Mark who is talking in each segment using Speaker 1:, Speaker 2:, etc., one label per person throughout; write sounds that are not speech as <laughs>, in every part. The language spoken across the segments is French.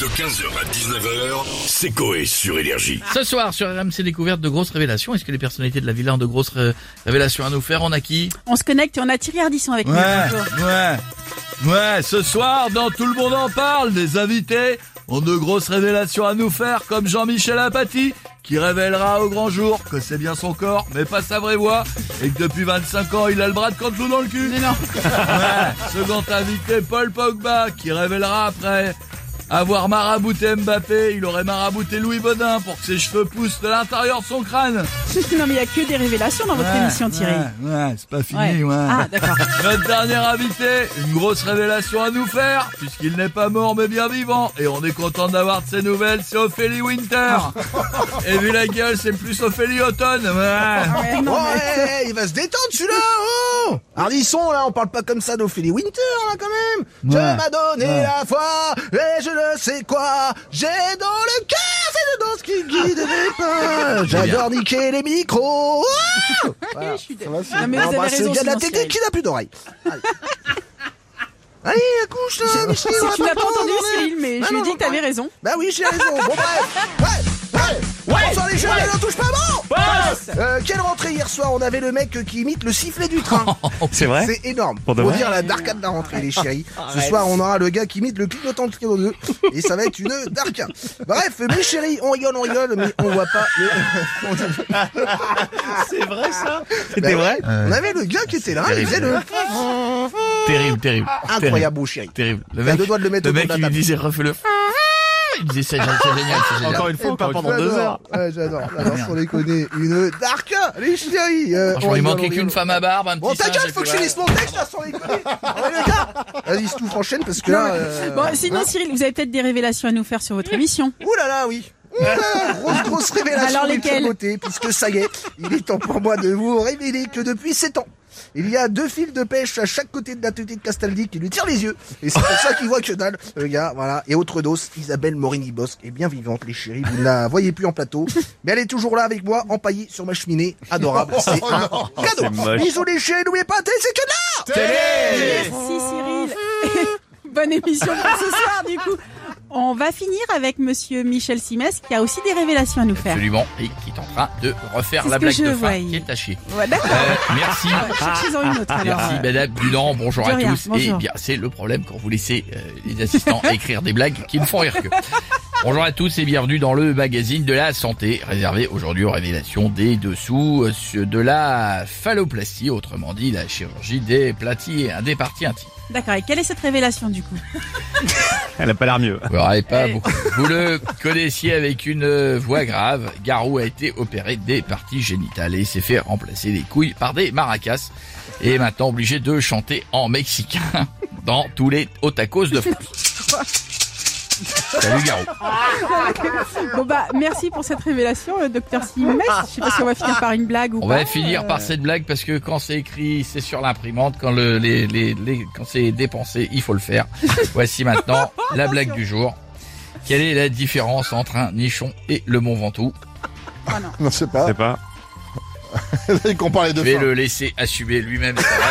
Speaker 1: De 15h à 19h, c'est Coé sur Énergie.
Speaker 2: Ce soir sur RMC Découverte de grosses révélations. Est-ce que les personnalités de la villa ont de grosses euh, révélations à nous faire On a qui
Speaker 3: On se connecte et on a Thierry Ardisson avec nous.
Speaker 4: Ouais,
Speaker 3: Bonjour. <laughs>
Speaker 4: ouais. Ouais, ce soir, dans Tout le monde en parle, des invités ont de grosses révélations à nous faire, comme Jean-Michel Apathy, qui révélera au grand jour que c'est bien son corps, mais pas sa vraie voix, et que depuis 25 ans, il a le bras de Cantelou dans le cul. <laughs> Ouais, second invité, Paul Pogba, qui révélera après avoir marabouté Mbappé, il aurait marabouté Louis Baudin pour que ses cheveux poussent de l'intérieur de son crâne.
Speaker 3: non mais il n'y a que des révélations dans votre
Speaker 4: Ouais,
Speaker 3: émission Thierry.
Speaker 4: Ouais, ouais, c'est pas fini,
Speaker 3: Ouais.
Speaker 4: ouais.
Speaker 3: Ah d'accord.
Speaker 4: Notre dernier invité, une grosse révélation à nous faire, puisqu'il n'est pas mort mais bien vivant, et on est content d'avoir de ses nouvelles, c'est Ophélie Winter. Et vu la gueule, c'est plus Ophélie Automne. ouais.
Speaker 3: Ouais, Ah, non,
Speaker 5: Oh,
Speaker 3: mais-
Speaker 5: hey, hey, il va se détendre celui-là Oh Ardisson, là, on parle pas comme ça d'Ophélie Winter, là, quand
Speaker 4: Ouais.
Speaker 5: même Je m'a donné
Speaker 4: Ouais.
Speaker 5: la foi, et je ne sais quoi J'ai dans le cœur, c'est dedans ce qui <laughs> guide mes pas J'adore niquer les micros Oh <laughs> Voilà.
Speaker 3: Je suis
Speaker 5: Ça va, c'est-
Speaker 3: Non, mais vous
Speaker 5: Ah,
Speaker 3: avez
Speaker 5: bah, c'est
Speaker 3: raison,
Speaker 5: le gars de la
Speaker 3: sinon,
Speaker 5: technique qui n'a plus d'oreilles Allez. <laughs> Allez, accouche, là, Micheline, on
Speaker 3: Si
Speaker 5: va
Speaker 3: tu
Speaker 5: pas
Speaker 3: l'as pas
Speaker 5: prendre,
Speaker 3: entendu
Speaker 5: bordel.
Speaker 3: Cyril, mais
Speaker 5: Non,
Speaker 3: je lui ai
Speaker 5: non,
Speaker 3: dit
Speaker 5: non,
Speaker 3: que t'avais raison.
Speaker 5: bah oui, j'ai raison. Bon, bref. Ouais, ouais, ouais. Bonsoir les jeunes, on n'en touche pas bon. Euh, quelle rentrée hier soir On avait le mec qui imite le sifflet du train.
Speaker 6: Oh, C'est vrai
Speaker 5: C'est énorme.
Speaker 6: Pour de vrai
Speaker 5: dire la darka de la rentrée, les chéris.
Speaker 6: <laughs>
Speaker 5: Ce soir, on aura le gars qui imite le clignotant de clignot 2. Et ça va être une darka. Bref, mes chéris, on rigole, on rigole, mais on voit pas le.
Speaker 6: <laughs> C'est vrai ça
Speaker 5: Bah
Speaker 6: C'était vrai
Speaker 5: ouais, On avait le gars qui était là, il faisait le.
Speaker 2: Terrible, terrible.
Speaker 5: Incroyable, mon chéri.
Speaker 2: Terrible. Le
Speaker 5: T'as deux doigts de le mettre
Speaker 2: le
Speaker 5: au
Speaker 2: mec
Speaker 5: bout de
Speaker 2: il
Speaker 5: la
Speaker 2: lui disait refais le. Il disait c'est génial, c'est génial, c'est génial.
Speaker 6: Encore une fois, encore pendant
Speaker 5: J'adore.
Speaker 6: deux heures.
Speaker 5: Ouais, j'adore.
Speaker 2: Ah,
Speaker 5: Alors, sans déconner, une darka, les chéris. Euh, on
Speaker 2: Franchement, il
Speaker 5: rigole, on
Speaker 2: manquait
Speaker 5: rigole.
Speaker 2: qu'une femme à barbe, un petit
Speaker 5: Bon, ta
Speaker 2: singe,
Speaker 5: gueule,
Speaker 2: et
Speaker 5: faut que
Speaker 2: puis
Speaker 5: je
Speaker 2: voilà.
Speaker 5: finisse mon texte là sur
Speaker 2: <laughs>
Speaker 5: les couilles Ouais, les gars Vas-y, Stouff, enchaîne parce que
Speaker 3: Non,
Speaker 5: là.
Speaker 3: mais-
Speaker 5: euh,
Speaker 3: Bon, sinon Cyril, vous avez peut-être des révélations à nous faire sur votre émission.
Speaker 5: Ouh là là, oui Ouh là là, Grosse, grosse révélation
Speaker 3: Alors,
Speaker 5: des
Speaker 3: lesquelles
Speaker 5: côté, puisque ça y est, il est temps pour moi de vous révéler que depuis 7 ans, il y a deux fils de pêche à chaque côté de la tête de Castaldi qui lui tirent les yeux. Et c'est pour ça qu'il voit que dalle, le gars, voilà. Et autre dos, Isabelle Morini-Bosque est bien vivante, les chéris. Vous ne la voyez plus en plateau, mais elle est toujours là avec moi, empaillée sur ma cheminée. Adorable, c'est un
Speaker 6: C'est
Speaker 5: cadeau.
Speaker 6: moche.
Speaker 5: Bisous les chéris, n'oubliez pas, t'es- c'est que là
Speaker 3: Merci Cyril. <laughs> Bonne émission pour ce soir du coup. On va finir avec monsieur Michel Simès qui a aussi des révélations à nous faire.
Speaker 2: Absolument. Et qui est en train de refaire
Speaker 3: C'est
Speaker 2: la
Speaker 3: ce que
Speaker 2: blague
Speaker 3: je
Speaker 2: de fin
Speaker 3: voyais.
Speaker 2: qui est tachée.
Speaker 3: Ouais, d'accord.
Speaker 2: Euh, merci.
Speaker 3: Ouais, Cherchez-en une autre alors.
Speaker 2: Ah,
Speaker 3: euh,
Speaker 2: Merci Ben. Madame Dunant, bonjour
Speaker 3: de
Speaker 2: à
Speaker 3: rien,
Speaker 2: tous. Et
Speaker 3: bonjour.
Speaker 2: bien c'est le problème quand vous laissez euh, les
Speaker 3: <laughs>
Speaker 2: assistants écrire des blagues qui ne font rire que. Bonjour à tous et bienvenue dans le magazine de la santé, réservé aujourd'hui aux révélations des dessous euh, ce- de la phalloplastie, autrement dit la chirurgie des platys, hein, des parties intimes.
Speaker 3: D'accord, et quelle est cette révélation du coup
Speaker 6: Elle a pas l'air mieux.
Speaker 2: Vous l'aurez pas
Speaker 3: Eh.
Speaker 2: beaucoup. Vous le connaissiez avec une euh, voix grave. Garou a été opéré des parties génitales et s'est fait remplacer les couilles par des maracas. Et est maintenant obligé de chanter en mexicain <laughs> dans tous les tacos de France. Salut Garou.
Speaker 3: Bon bah merci pour cette révélation, euh, docteur Simès. Je sais pas si on va finir par une blague ou
Speaker 2: On
Speaker 3: pas.
Speaker 2: va finir par cette blague parce que quand c'est écrit, c'est sur l'imprimante. Quand le, les, les, les- quand c'est dépensé, il faut le faire. Voici maintenant la blague du jour. Quelle est la différence entre un nichon et le Mont Ventoux
Speaker 3: Ah, non.
Speaker 5: Non, c'est pas.
Speaker 6: C'est pas
Speaker 5: qu'on parlait de
Speaker 2: Je vais le laisser assumer lui-même. sa blague.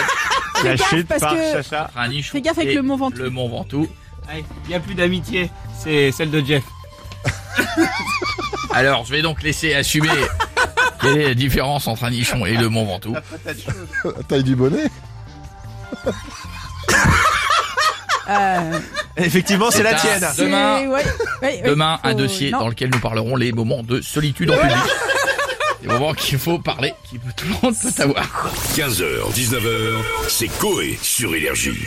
Speaker 6: La
Speaker 3: gaffe,
Speaker 6: chute
Speaker 3: parce
Speaker 6: par
Speaker 3: que-
Speaker 6: Chacha.
Speaker 2: Un nichon
Speaker 3: <laughs> Fais gaffe avec
Speaker 2: et
Speaker 3: le Mont Ventoux.
Speaker 2: Le Mont Ventoux.
Speaker 7: Il n'y a plus d'amitié, c'est celle de Jeff.
Speaker 2: Alors, je vais donc laisser
Speaker 3: <laughs>
Speaker 2: assumer quelle est la différence entre un nichon et le Mont Ventoux.
Speaker 5: la taille du bonnet.
Speaker 3: Euh,
Speaker 6: Effectivement, c'est la
Speaker 2: un-
Speaker 6: tienne.
Speaker 3: c'est-
Speaker 2: Demain,
Speaker 3: ouais, ouais, ouais,
Speaker 2: demain
Speaker 3: faut-
Speaker 2: un dossier
Speaker 3: non.
Speaker 2: dans lequel nous parlerons les moments de solitude en
Speaker 3: <laughs>
Speaker 2: public. Des moments qu'il faut parler, qui tout le monde peut avoir.
Speaker 1: 15h, 19h, c'est Coé sur Énergie.